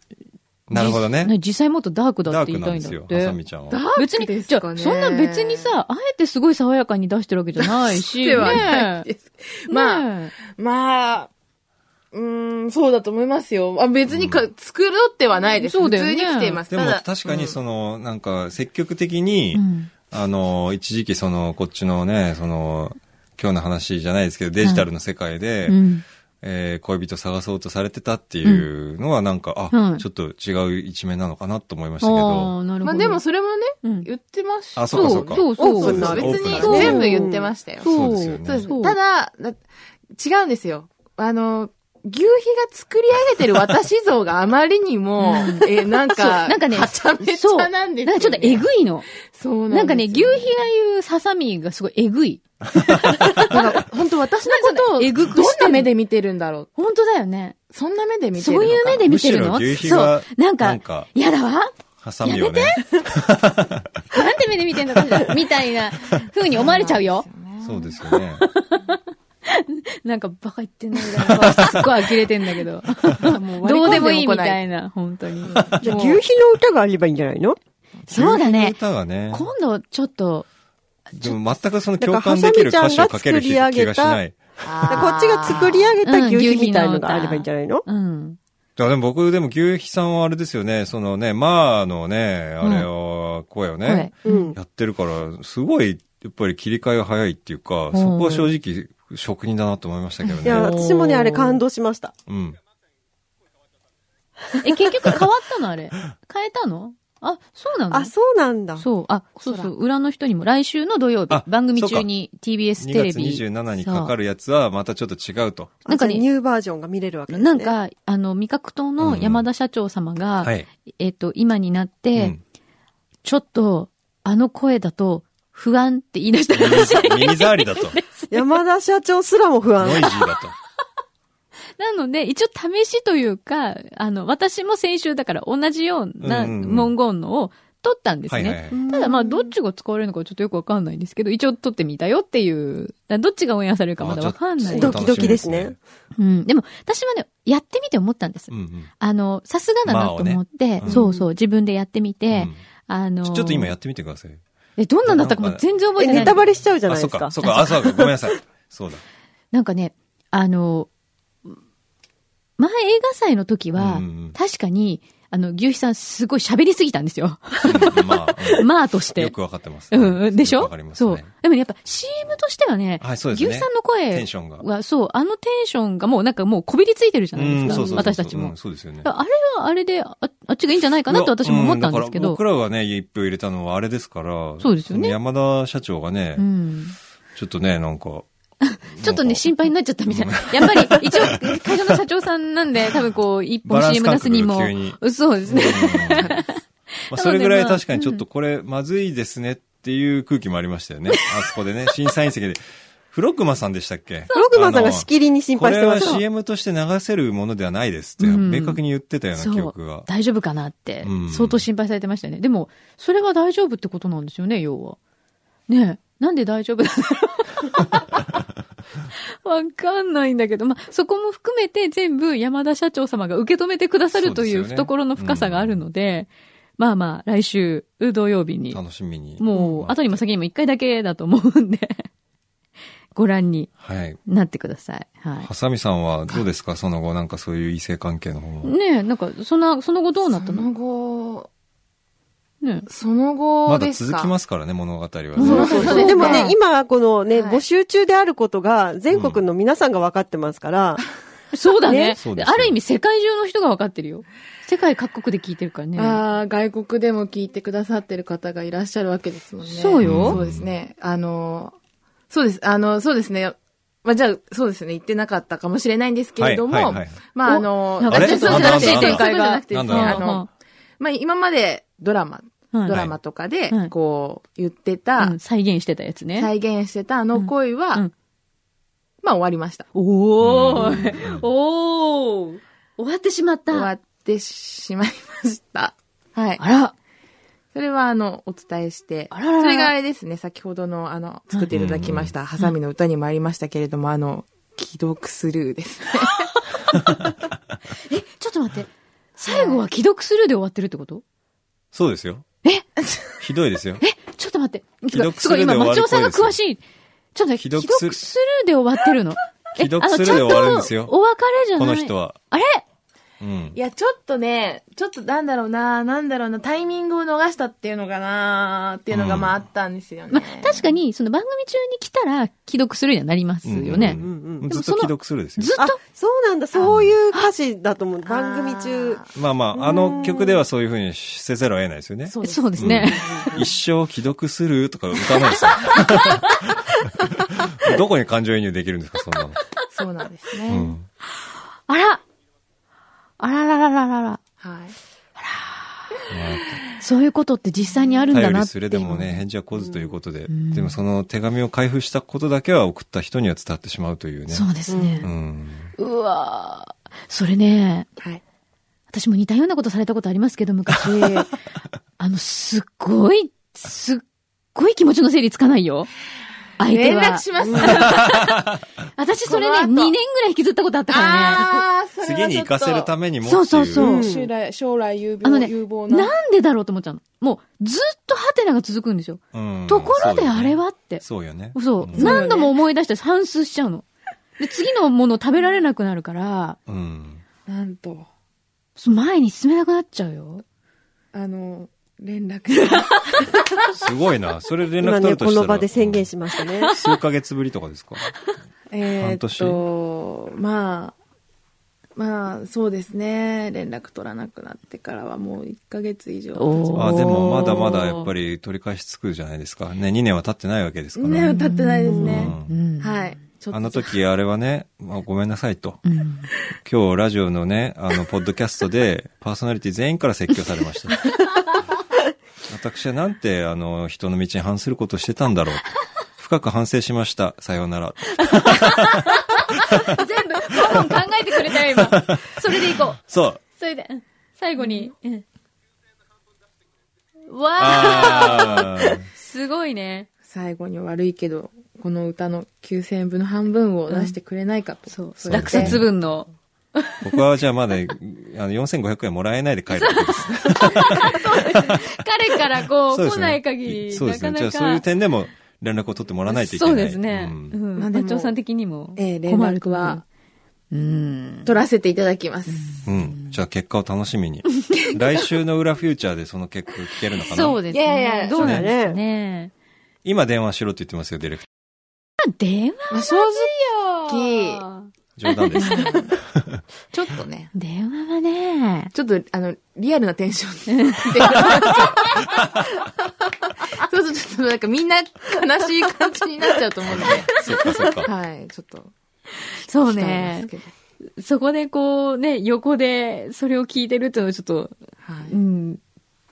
Speaker 2: なるほどね。
Speaker 1: 実際もっとダークだっ
Speaker 2: ダ
Speaker 1: て
Speaker 2: ー
Speaker 1: 言い
Speaker 2: クな
Speaker 1: た
Speaker 2: ん
Speaker 1: いん
Speaker 2: で
Speaker 1: だ
Speaker 2: すよ
Speaker 1: っ、
Speaker 2: ハサ
Speaker 1: て。
Speaker 2: ミちゃんは。
Speaker 1: 別に、
Speaker 5: で
Speaker 1: じゃ
Speaker 5: すか
Speaker 1: あ、
Speaker 5: ね
Speaker 1: そんな別にさ、あえてすごい爽やかに出してるわけじゃない し。
Speaker 5: ではない
Speaker 1: ね
Speaker 5: です。まあ、
Speaker 1: ね
Speaker 5: まあ、うーん、そうだと思いますよ。あ別にか、作ろうってはないです。
Speaker 1: そうだよね
Speaker 5: 普通に来ています。
Speaker 2: でも
Speaker 5: ただ
Speaker 2: 確かに
Speaker 5: うん
Speaker 2: その、なんか積極的に、
Speaker 1: うん
Speaker 2: あの、一時期その、こっちのね、その、今日の話じゃないですけど、デジタルの世界で、
Speaker 1: うん
Speaker 2: えー恋人探そうとされてたっていうのはなんか、あ、
Speaker 1: はい
Speaker 2: ちょっと違う一面なのかなと思いまし
Speaker 1: あ
Speaker 2: たけど、
Speaker 1: ーなるほど。
Speaker 5: まあでもそれもね、
Speaker 1: うん
Speaker 5: 言ってました。
Speaker 2: あそうかそうか
Speaker 1: そうそう
Speaker 3: オー
Speaker 1: そ
Speaker 3: プ
Speaker 1: う
Speaker 3: ンな
Speaker 5: 別に
Speaker 1: そう
Speaker 5: 全部言ってましたよ。
Speaker 2: そうですよね
Speaker 5: そうです
Speaker 1: そう
Speaker 5: ただだ、違うんですよ。あの、牛皮が作り上げてる私像があまりにも、え、なんか、
Speaker 1: なんかね
Speaker 5: はちゃめち
Speaker 1: そう
Speaker 5: ゃなんですよ、
Speaker 1: な
Speaker 5: ね。
Speaker 1: んかちょっとえぐいの。
Speaker 5: そう
Speaker 1: なんかね、
Speaker 5: です
Speaker 1: 牛皮
Speaker 5: よ
Speaker 1: が言うささみがすごいえぐい。
Speaker 5: なんか、本当私のことを、
Speaker 1: えぐく
Speaker 5: どん
Speaker 1: してんの
Speaker 5: な目で見てるんだろう。
Speaker 1: 本当だよね。
Speaker 5: そんな目で見てる
Speaker 1: そ
Speaker 5: のか
Speaker 1: ういう目で見てるの
Speaker 2: むしろ牛皮
Speaker 1: そ
Speaker 2: が
Speaker 1: う。なん
Speaker 2: な
Speaker 1: か
Speaker 2: んか、
Speaker 1: 嫌だわ。
Speaker 2: ハサミをね、
Speaker 1: なんて目で見てんだ私らみたいな風に思われちゃうよ。
Speaker 2: そうですよね。
Speaker 1: なんかバカ言ってんだけど、すっごい呆れてんだけど。
Speaker 5: も
Speaker 1: どうでもいいみた
Speaker 5: い。
Speaker 1: いな、本当に。
Speaker 3: じゃあ、
Speaker 1: も
Speaker 3: 牛
Speaker 1: う
Speaker 3: 皮の歌があればいいんじゃないの
Speaker 1: そうだね。
Speaker 2: 歌がね、
Speaker 1: 今度ちょっと、
Speaker 2: でも全くその
Speaker 3: だか
Speaker 2: 共
Speaker 3: ら
Speaker 2: 感できる歌詞を書ける気
Speaker 3: ハサミちゃんが作り上げた
Speaker 2: がしない。
Speaker 3: だからこっちが作り上げた牛皮みたいのがあればいいんじゃないの
Speaker 1: うん。
Speaker 2: いやでも僕、でも、牛肥さんはあれですよね、そのね、まあのね、あれを、声をね、
Speaker 3: うん。
Speaker 2: やってるから、すごい、やっぱり切り替えが早いっていうか、
Speaker 1: ん
Speaker 2: そこは正直、職人だなと思いましたけど
Speaker 3: いや、
Speaker 2: ね。
Speaker 3: 私もね、あれ感動しました。
Speaker 2: うん。
Speaker 1: え、結局変わったのあれ。変えたのあ、そうなの
Speaker 3: あ、そうなんだ。
Speaker 1: そう、あ、そうそう、裏の人にも、来週の土曜日
Speaker 2: あ、
Speaker 1: 番組中に TBS
Speaker 2: 2
Speaker 1: テレ
Speaker 2: 月
Speaker 1: ビ。
Speaker 2: 27にかか
Speaker 1: る。
Speaker 2: るやつは、またちょっと違うと。
Speaker 1: な
Speaker 3: なんん
Speaker 1: か
Speaker 3: か
Speaker 1: ね
Speaker 3: ニューバージョンが見れるわけですね。
Speaker 1: なん、か、あの、味覚糖の山田社長様が、
Speaker 2: はい。
Speaker 1: えっ、と、今になって、
Speaker 2: うん
Speaker 1: ちょっと、あの声だと、不安って言い出したらしい。
Speaker 2: 耳障りだと。
Speaker 3: 山田社長すらも不安
Speaker 2: ノイ。ジーだと。
Speaker 1: なので、一応試しというか、あの、私も先週だから同じような
Speaker 2: うんうんうん
Speaker 1: 文言のを取ったんです
Speaker 2: は
Speaker 1: ね。
Speaker 2: いはいはい。
Speaker 1: ただまあ、どっちが使われるのかちょっとよくわかんないんですけど、一応撮ってみたよっていう。だからどっちがオンエアされるかまだわかんない。
Speaker 2: あ
Speaker 3: ち
Speaker 2: ちょ
Speaker 3: ょ
Speaker 2: っ
Speaker 3: っ
Speaker 2: と
Speaker 3: ドキドキですね
Speaker 1: うん。でも、私はね、やってみて思ったんです
Speaker 2: うん。うん
Speaker 1: あの、さすがだなと思って、
Speaker 2: まあね
Speaker 1: そうそう、自分でやってみて、
Speaker 2: うん
Speaker 1: あの
Speaker 2: ちょちょっと今やってみてください。
Speaker 1: え、どんなんだったかもう全然覚え
Speaker 3: え、
Speaker 1: てない。
Speaker 3: ネタバレしちゃうじゃ
Speaker 2: あ、
Speaker 3: ない
Speaker 2: そ
Speaker 3: で
Speaker 2: っ
Speaker 3: すか
Speaker 2: か、。そっか、あ、そうか、ごめんなさい。そうだ。
Speaker 1: なんかね、あの、前映画祭の時は
Speaker 2: うんうん、
Speaker 1: 確かに、あの、牛皮さんすごい喋りすぎたんです よ。
Speaker 2: うんまあ、 うん
Speaker 1: まあとして。
Speaker 2: よくわかってます。
Speaker 1: うんうん、でし
Speaker 2: よく
Speaker 1: ょ
Speaker 2: わかります
Speaker 1: そ
Speaker 2: ね
Speaker 1: う。。でもねやっぱ CM としてはね、
Speaker 2: はいそうです
Speaker 1: 牛
Speaker 2: ね
Speaker 1: さんの声
Speaker 2: テンションが
Speaker 1: は、そう、あのテンションがもうなんかもうこびりついてるじゃないです
Speaker 2: うん
Speaker 1: か。
Speaker 2: そうそうそう
Speaker 1: 私たちも。
Speaker 2: うんそうですよね。
Speaker 1: あれはあれであ、あっちがいいんじゃないかなと私も思ったんですけ
Speaker 2: う
Speaker 1: ど。
Speaker 2: だから僕らがね、一票入れたのはあれですから。
Speaker 1: そうですよね
Speaker 2: の山田社長がね、
Speaker 1: うん
Speaker 2: ちょっとね、なんか。
Speaker 1: ちょっとね、心配になっちゃったみたいな。やっぱり、一応、会社の社長さんなんで、多分こう、一本
Speaker 2: バランス
Speaker 1: CM 出すにも
Speaker 2: 感覚が急、
Speaker 1: そうですね。
Speaker 2: うんまあ、それぐらい確かにちょっとこれまずいですねっていう空気もありましたよね。あそこでね、審査員席で。フロッグマさんでしたっけ
Speaker 3: 黒熊さんがしきりに心
Speaker 2: こ
Speaker 3: 配して
Speaker 2: れ
Speaker 3: ま
Speaker 2: は
Speaker 3: した。
Speaker 2: CM として流せるものではないですって、
Speaker 1: うん
Speaker 2: 明確に言ってたような記
Speaker 1: そ
Speaker 2: 憶
Speaker 1: う
Speaker 2: が。。
Speaker 1: 大丈夫かなって
Speaker 2: うん、
Speaker 1: 相当心配されてましたよね。でも、それは大丈夫ってことなんですよね、要は。ねえ、なんで大丈夫だろう わかんないんだけど、まあ、そこも含めて全部山田社長様が受け止めてくださるとい
Speaker 2: そう
Speaker 1: う
Speaker 2: ですよね
Speaker 1: 懐の深さがあるので、まあまあ、来週土曜日に、
Speaker 2: 楽しみに。
Speaker 1: もう、後にも先にも一回だけだと思うんで、ご覧に
Speaker 2: はい。
Speaker 1: なってください。はい。
Speaker 2: ハサミさんはどうですかその後、なんかそういう異性関係の方も。
Speaker 1: ねえ、なんか、そんな、その後どうなった
Speaker 5: そ
Speaker 1: の
Speaker 5: の後、
Speaker 1: ね
Speaker 5: そ
Speaker 2: ま
Speaker 5: の後
Speaker 2: だ
Speaker 5: ですか
Speaker 2: 続きますからね、物語はね。
Speaker 1: そう
Speaker 3: そう
Speaker 5: そ
Speaker 3: そう
Speaker 5: うですね
Speaker 3: でもね、今、このね、
Speaker 5: はい
Speaker 3: 募集中であることが、全国の皆さんが分かってますから、
Speaker 1: えそうだね
Speaker 2: ねそうですよ
Speaker 1: ある意味世界中の人が分かってるよ。世界各国で聞いてるからね。
Speaker 5: ああ、外国でも聞いてくださってる方がいらっしゃるわけですもんね。
Speaker 1: そうよ
Speaker 5: そうですね。あの、そうです。あの、そうですね。まあ、じゃあ、そうですね。言ってなかったかもしれないんですけれども、
Speaker 2: はいはいはい
Speaker 5: まあ、あの、
Speaker 1: なん
Speaker 2: か
Speaker 5: 私
Speaker 2: ちょっと
Speaker 5: 新しい
Speaker 2: なんだ
Speaker 5: 展開がじゃなくてで
Speaker 2: な
Speaker 5: す
Speaker 2: ん
Speaker 5: ね、
Speaker 2: だなん
Speaker 5: あ
Speaker 2: だ
Speaker 5: の、まあ、今までドラマ、
Speaker 1: うん
Speaker 5: ドラマとかで
Speaker 1: はい、
Speaker 5: こう、言って
Speaker 1: う
Speaker 5: た
Speaker 1: ん、再現してたやつね。
Speaker 5: 再現してたあの恋は、
Speaker 1: うんうん
Speaker 5: まあ、終わりました。
Speaker 1: お
Speaker 2: うん
Speaker 1: ーい、おー終わってしまっ
Speaker 5: 終わ
Speaker 1: た。
Speaker 5: ってしまいました。はい。
Speaker 1: あら、
Speaker 5: それは、あの、お伝えして、
Speaker 1: あららら
Speaker 5: それがあれですね、先ほどの、あの、作っていただきました、ハサミの歌にもありましたけれども、あの、既読スルーですね。
Speaker 1: え、ちょっと待って。最後は既読スルーで終わってるってこと
Speaker 2: そうですよ。
Speaker 1: え
Speaker 2: ひどいですよ。
Speaker 1: え、ちょっと待って。
Speaker 2: 既読
Speaker 1: す
Speaker 2: ス
Speaker 1: ごい、
Speaker 2: ルー
Speaker 1: 今、
Speaker 2: で終わ
Speaker 1: 町
Speaker 2: る
Speaker 1: 尾さんが
Speaker 2: 声ですよ
Speaker 1: 詳しい。ちょっと待って、既
Speaker 2: 既読
Speaker 1: 読
Speaker 2: スル
Speaker 1: スルーで終わってるの。え
Speaker 2: 既読スルーで終わるんですよ
Speaker 1: あのちゃとお別れじゃな
Speaker 2: こ
Speaker 1: い
Speaker 2: の人。は。
Speaker 1: あれ
Speaker 2: うん
Speaker 5: い。や、ちょっとね、ちょっとなんだろうな、なんだろうな、タイミングを逃したっていうのかな、っていうのが
Speaker 2: うん
Speaker 5: まああったんですよね。
Speaker 1: まあ、確かに、その番組中に来たら、既読スルーにはなりますよね。
Speaker 2: うん
Speaker 3: うん
Speaker 1: ん
Speaker 2: ずっと既読するですよ
Speaker 1: ず。っ
Speaker 3: あ
Speaker 1: と、、
Speaker 3: そうなんだ、そういう歌詞だと思う。番組中
Speaker 5: あ。
Speaker 2: まあまあ、あの曲ではそういうふうにせざるを得ないですよね。
Speaker 5: そうです
Speaker 1: そうですね。
Speaker 2: 一生既読するとか歌わないですよ。どこに感情移入できるんですか、そんなの。
Speaker 5: そうなんです
Speaker 2: う
Speaker 5: ね。
Speaker 2: ん。
Speaker 1: あらあらららららら。
Speaker 5: はい。
Speaker 1: そういうことって実際にあるんだ
Speaker 2: 頼
Speaker 1: な
Speaker 2: り
Speaker 1: って
Speaker 2: す
Speaker 1: い
Speaker 2: れ
Speaker 1: う。
Speaker 2: でもね、返事は来ずということで、
Speaker 1: ん
Speaker 2: でもその手紙を開封したことだけは送った人には伝わってしまうというね。
Speaker 1: そうですね
Speaker 2: う。ん。
Speaker 1: うわーそれね、
Speaker 5: はい。
Speaker 1: 私も似たようなことされたことありますけど、昔。 あの、すっごい、すっごい気持ちの整理つかないよ。相手
Speaker 5: 連
Speaker 1: は。
Speaker 5: 絡します。
Speaker 1: 私それね、
Speaker 5: こ
Speaker 1: 2
Speaker 5: の
Speaker 1: 年
Speaker 5: 後
Speaker 1: ぐらい引きずったことあったからね。
Speaker 5: あー、それはちょっと
Speaker 2: 次に行かせるためにも。
Speaker 1: そうそう
Speaker 2: ってい
Speaker 1: そう。
Speaker 5: 将来、将来有
Speaker 1: あの
Speaker 5: 望、
Speaker 1: ね
Speaker 5: 有望な。
Speaker 1: なんでだろうと思っちゃうの。もう、ずっとハテナが続くんですよ。
Speaker 2: うん
Speaker 1: ところであれはって。
Speaker 2: そうよね。
Speaker 1: そう。
Speaker 2: ん
Speaker 1: 何度も思い出して反数しちゃうの。で、次のもの食べられなくなるから、
Speaker 2: うん。
Speaker 5: なんと、
Speaker 1: その前に進めなくなっちゃうよ。
Speaker 5: あの、連絡。
Speaker 2: すごいな。それ連
Speaker 3: 今
Speaker 2: 絡取
Speaker 3: ね、
Speaker 2: ると
Speaker 3: こ
Speaker 2: したら。
Speaker 3: の場で宣言しましたね。
Speaker 2: 数ヶ月ぶりとかですか
Speaker 5: えーっと、まあ、まあ、そうですね。連絡取らなくなってからはもう1ヶ月以上経ちます。
Speaker 1: おー
Speaker 2: あでもまだまだやっぱり取り返しつくじゃないですか。ね、2年は経ってないわけですから
Speaker 5: ね、
Speaker 2: ね。
Speaker 5: 歌ってないです
Speaker 2: う
Speaker 5: ね。
Speaker 2: ん
Speaker 1: うん。
Speaker 5: はい。ちょっと
Speaker 2: あの時あれはね、まあ、ごめんなさいと。
Speaker 1: うん。
Speaker 2: 今日ラジオのね、あの、ポッドキャストで パーソナリティ全員から説教されま した。私はなんて、あの、人の道に反することをしてたんだろうと。深く反省しました。さようなら。
Speaker 1: 全部、顧問考えてくれたよ、今。それでいこう。
Speaker 2: そう。
Speaker 1: それで、うん最後に。うんわあ、
Speaker 2: あー
Speaker 1: すごいね。
Speaker 5: 最後に悪いけど、この歌の9000円分の半分を出してくれないかと。
Speaker 1: そう。
Speaker 5: れで
Speaker 1: 落札分の。
Speaker 2: 僕はじゃあまだ、あの、4500円もらえないで帰るわけです。
Speaker 1: 彼からこう、
Speaker 2: そうで
Speaker 1: 来
Speaker 2: すね
Speaker 1: ない限り、
Speaker 2: そうですね。
Speaker 1: なかな
Speaker 2: じゃあ
Speaker 1: か。
Speaker 2: そういう点でも連絡を取ってもらわないといけない。
Speaker 1: そうですね。う
Speaker 2: うん
Speaker 1: ん。
Speaker 5: まあでも
Speaker 1: 団長さん的にも。
Speaker 5: ええ連絡は。
Speaker 1: うん。
Speaker 5: 取らせていただきます。
Speaker 2: うん。じゃあ結果を楽し みに。来週の裏フューチャーでその結果聞けるのかな
Speaker 1: そうですね。
Speaker 5: いやいや
Speaker 1: どうなんですか
Speaker 3: そうだ
Speaker 1: ね。
Speaker 2: 今電話しろって言ってますよ、ディレクタ
Speaker 1: まあ電話
Speaker 5: まあ正直、
Speaker 1: よ。
Speaker 2: ー。冗談です。
Speaker 5: ちょっとね、
Speaker 1: 電話はね、
Speaker 5: ちょっと、あの、リアルなテンショ ンで。そうそう、ちょっとなんかみんな悲しい感じになっちゃうと思うんで。
Speaker 2: そっかそっ か。
Speaker 5: はい、ちょっと。
Speaker 1: そうね。そこでこうね、横でそれを聞いてるっていうのはちょっと、
Speaker 5: は
Speaker 1: う
Speaker 5: い。
Speaker 1: ん、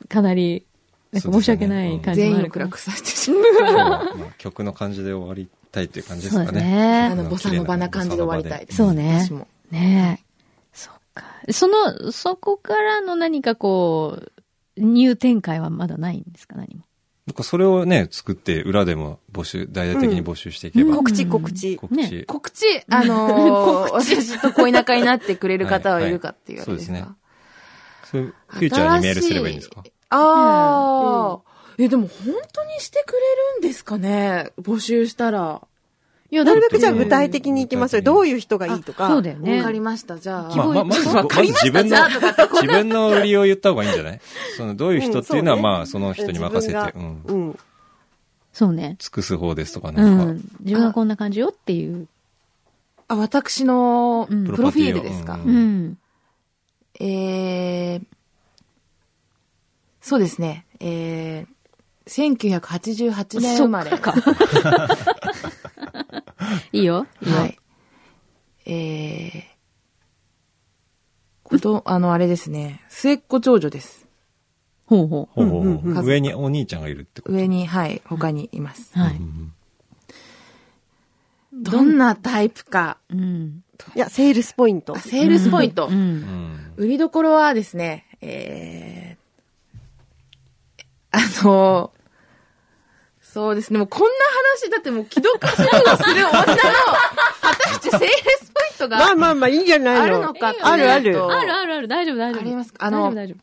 Speaker 1: かなり、なんか申し訳ない感じ
Speaker 5: 全
Speaker 1: もあ
Speaker 5: 員を
Speaker 1: るか
Speaker 5: 暗
Speaker 1: ら
Speaker 5: くさせてしま
Speaker 2: そうまあ曲の感じで終わりたいという感じですか
Speaker 1: そう
Speaker 2: ね。
Speaker 1: ですね
Speaker 5: あの、ボサノバな感じで終わりたいです。
Speaker 1: そうね
Speaker 5: 私も。
Speaker 1: ねえ。そっか。その、そこからの何かこう、ニュー展開はまだないんですか何も。
Speaker 2: なんかそれをね、作って裏でも募集、大々的に募集していけば、
Speaker 1: うん
Speaker 3: 告知告知。
Speaker 2: 告知、
Speaker 1: ね
Speaker 5: 告知、あ のー、私と恋仲になってくれる方はいるかっていうわけです
Speaker 2: はいはい
Speaker 5: か。
Speaker 2: そういうフューチャーにメールすればいいんですか
Speaker 5: 新しいああ、え、でも本当にしてくれるんですかね募集したら。
Speaker 1: いや、
Speaker 3: なるべ
Speaker 1: だ
Speaker 3: くじゃあ具体的にいきますよ。どういう人がいいとか。
Speaker 1: そうだよね。
Speaker 5: わかりました、じゃあ。
Speaker 1: 希望
Speaker 2: まあ、まず、まず自分の、自分の売りを言った方がいいんじゃないその、どういう人っていうのは、
Speaker 3: うんそうね
Speaker 2: まあ、その人に任せて、う。
Speaker 3: うんうん。
Speaker 1: そうね。
Speaker 2: 尽くす方ですとか、
Speaker 1: う
Speaker 2: なんか、
Speaker 1: ん。自分はこんな感じよっていう。
Speaker 5: あ私の
Speaker 1: うん
Speaker 5: プロフィールですか
Speaker 2: プ
Speaker 1: う
Speaker 2: ロ。うん
Speaker 1: ん。
Speaker 5: えー、そうですね。えー、1988年生まれ。
Speaker 1: そっからか。 いいよ。いいよ。
Speaker 5: はい。えー、こと、あの、あれですね。末っ子長女です。
Speaker 1: ほうほ
Speaker 2: ほうほうほう
Speaker 3: うんうん
Speaker 5: うん
Speaker 2: 上にお兄ちゃんがいるってこと。
Speaker 5: 上に、はい、他にいます。
Speaker 1: う。は
Speaker 2: う
Speaker 1: い。
Speaker 2: ん
Speaker 5: どんなタイプか。
Speaker 1: うん。
Speaker 3: いや、セールスポイント
Speaker 5: あ。セールスポイント。
Speaker 1: う。
Speaker 2: うんん
Speaker 5: 売りどころはですね、えー、あの、そうですね、もうこんな話、だってもう既読スルーをする女の、果たしてセールスポイント
Speaker 3: ま
Speaker 5: が
Speaker 3: あまあまあ、いいんじゃないの。
Speaker 5: あるのかっていうと
Speaker 3: あるある。
Speaker 1: あるあるある、大丈夫大丈夫。
Speaker 5: ありますかあの
Speaker 1: 大丈夫大丈夫。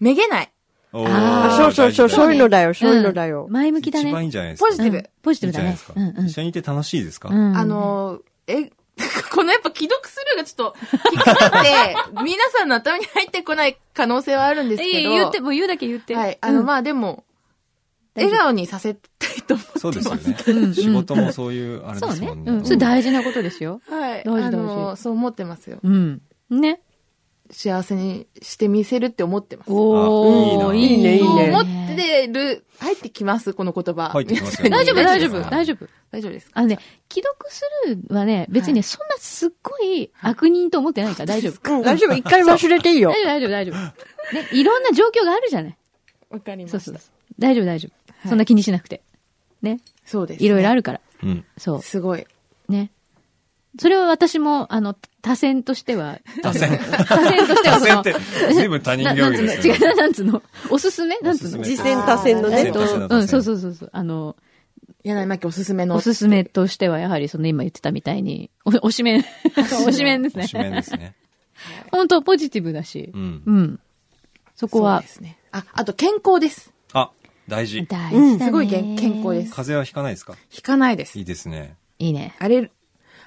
Speaker 5: めげない、
Speaker 2: おー
Speaker 1: あ
Speaker 3: あそうそうそ
Speaker 2: 大
Speaker 3: う、
Speaker 2: 事だ
Speaker 3: そういうのだよ、そういう
Speaker 1: う
Speaker 3: の
Speaker 1: ん
Speaker 3: だよ。
Speaker 1: 前向きだね。
Speaker 2: 一番いいんじゃないですか。
Speaker 5: ポジティブ
Speaker 1: うん。ポジティ
Speaker 2: い
Speaker 1: ブ
Speaker 2: いじ
Speaker 1: だ
Speaker 2: ゃない
Speaker 1: ね
Speaker 2: ですか。
Speaker 1: うんうん
Speaker 2: 一緒にいて楽しいですか
Speaker 1: うん
Speaker 5: あの、え、 このやっぱ既読スルーがちょっと、 引っかかって、皆さんの頭に入ってこない可能性はあるんですけ
Speaker 1: え
Speaker 5: ど、
Speaker 1: 言って、もう言うだけ言って。
Speaker 5: はい、あの、
Speaker 1: あ、
Speaker 5: まあでも、
Speaker 1: 大丈夫
Speaker 5: 笑顔にさせたいと思ってます。
Speaker 2: そうですよ
Speaker 1: うんうん
Speaker 2: ね。仕事もそういう、あれ
Speaker 1: そ
Speaker 2: で
Speaker 1: う
Speaker 2: す
Speaker 1: ね。
Speaker 2: もんね。
Speaker 1: うん。それ大事なことですよ。
Speaker 5: はい。
Speaker 1: 大事大
Speaker 5: あの、そう思ってますよ。
Speaker 1: うん。ね。
Speaker 5: 幸せにしてみせるって思ってます。
Speaker 1: お
Speaker 2: あ
Speaker 1: ー、
Speaker 2: い
Speaker 3: いないいねいい
Speaker 5: そう
Speaker 3: ね
Speaker 5: 思ってる、入ってきます、この言葉。
Speaker 2: 入ってきますよね
Speaker 5: 皆
Speaker 1: 大丈
Speaker 5: さ
Speaker 1: 夫、
Speaker 5: んに
Speaker 1: 大丈夫、
Speaker 2: はい
Speaker 1: 大丈夫。
Speaker 5: 大丈夫ですか
Speaker 1: あのね、既読スルーはね、別に
Speaker 5: は
Speaker 1: ね、そんなすっごい悪人と思ってないから大丈夫。
Speaker 3: うん、大丈夫。一回忘れていいよ
Speaker 1: 大。丈夫、大丈夫、大丈夫。ね、いろんな状況があるじゃない。
Speaker 5: わかりま
Speaker 1: そう
Speaker 5: し
Speaker 1: そ
Speaker 5: た。そうう
Speaker 1: そう。大丈夫、大丈
Speaker 5: い
Speaker 1: 夫。そんな気にしなくて。ね。
Speaker 5: です、
Speaker 1: いろいろあ
Speaker 5: る。
Speaker 1: るから。
Speaker 2: うん。
Speaker 1: そ
Speaker 5: すごい。
Speaker 1: う。ね。それは私も、あの、他線として は、
Speaker 2: 打線。
Speaker 1: 他線としては
Speaker 2: 打
Speaker 1: そ
Speaker 2: 線
Speaker 1: の
Speaker 2: っ、て、随分他人
Speaker 1: なな
Speaker 2: 行
Speaker 1: んつ
Speaker 2: 儀
Speaker 1: うの、
Speaker 2: ですよ
Speaker 1: 違
Speaker 2: ね
Speaker 1: う、なんつう の、おすすめなんつう
Speaker 2: お
Speaker 1: の
Speaker 2: すすめ
Speaker 3: 実践多戦の
Speaker 5: あー
Speaker 1: え
Speaker 3: ね
Speaker 1: っ。
Speaker 2: 多戦
Speaker 1: と、
Speaker 2: 多戦
Speaker 1: うん、そうそうそうそう。あの、
Speaker 5: 柳巻おすすめの。
Speaker 1: おすすめとしては、やはり、その今言ってたみたいに、お、おしめん、おしめんです
Speaker 2: お
Speaker 1: ね
Speaker 2: し。めですね。
Speaker 1: 本当ポジティブだし
Speaker 2: う。ん
Speaker 1: う。ん。そこ
Speaker 5: そう
Speaker 1: は
Speaker 5: で、すね。あ、あと健康です。
Speaker 2: あ、大事。
Speaker 1: 大事だね、
Speaker 5: すごい健健康です。
Speaker 2: 風邪はひかないですか
Speaker 5: 引かないです
Speaker 2: いい。ですね。
Speaker 1: いいね。
Speaker 5: アレル、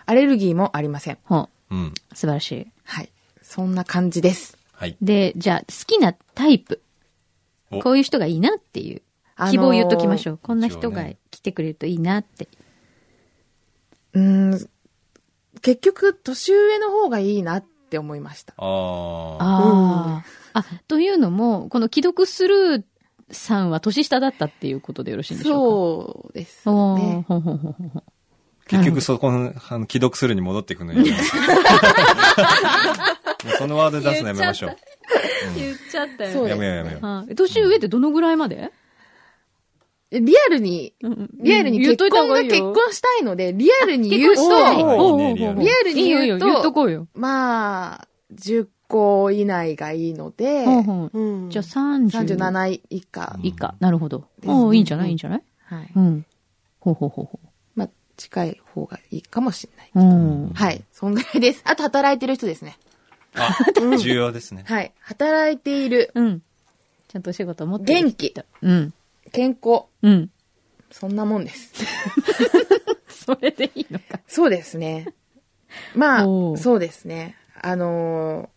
Speaker 5: アレルギーもありません。
Speaker 1: ほ
Speaker 2: うん。
Speaker 1: う、素晴らしい。
Speaker 5: はい。そんな感じです。
Speaker 2: はい。
Speaker 1: で、じゃあ、好きなタイプ。
Speaker 2: お
Speaker 1: こういう人がいいなっていう。
Speaker 5: あのー
Speaker 1: 希望を言っときましょう。こんな人
Speaker 2: 一応
Speaker 1: が
Speaker 2: ね
Speaker 1: 来てくれるといいなって。
Speaker 5: うーん。結局、年上の方がいいなって思いました。
Speaker 2: あ
Speaker 1: あ
Speaker 2: あ。
Speaker 1: あ。あ、というのも、この既読スルーさんは年下だったっていうことでよろしいんでしょうか
Speaker 5: そうです
Speaker 1: おー
Speaker 5: ね。
Speaker 1: ほんほんほんほんほん
Speaker 2: 結局そこの、あの、既読するに戻っていくのに。も う そのワード出すのやめましょう。
Speaker 1: 言っちゃった
Speaker 5: そう
Speaker 1: よ。
Speaker 2: や
Speaker 5: です
Speaker 2: め
Speaker 5: ね
Speaker 2: ようやめよう。
Speaker 1: はい年上ってどのぐらいまで
Speaker 5: リアルに、リアルに
Speaker 1: 言っ
Speaker 5: 結
Speaker 1: といた方
Speaker 5: 婚
Speaker 1: が
Speaker 5: が
Speaker 1: いい
Speaker 5: 結
Speaker 1: よ
Speaker 5: 婚したいので、リアルに言う
Speaker 1: 結婚したい
Speaker 5: と、
Speaker 2: おー
Speaker 1: おーおーおー
Speaker 5: リアルに
Speaker 1: いい
Speaker 5: 言
Speaker 1: よ
Speaker 5: う
Speaker 1: 言っと
Speaker 5: と、
Speaker 1: こうよ。
Speaker 5: まあ、10個以内がいいので、
Speaker 1: ほんほん
Speaker 3: うん
Speaker 1: じゃあ30
Speaker 5: 37以下。
Speaker 1: 以下。なるほど。
Speaker 5: ですね
Speaker 1: おーいいんじゃないいいんじゃない
Speaker 5: はい。
Speaker 1: うん。ほうほうほうほ
Speaker 5: まあ、近い方がいいかもしれない。
Speaker 1: う。うん。
Speaker 5: はい。そんぐらいです。あと、働いてる人ですね。
Speaker 2: あ、重要ですね。
Speaker 5: はい。働いている、
Speaker 1: うん。ちゃんとお仕事持ってる人
Speaker 5: 元気。
Speaker 1: うん。
Speaker 5: 健康。
Speaker 1: うん。
Speaker 5: そんなもんです。
Speaker 1: それでいいのか。
Speaker 5: そうですね。まあ
Speaker 1: お、う
Speaker 5: そうですね。あの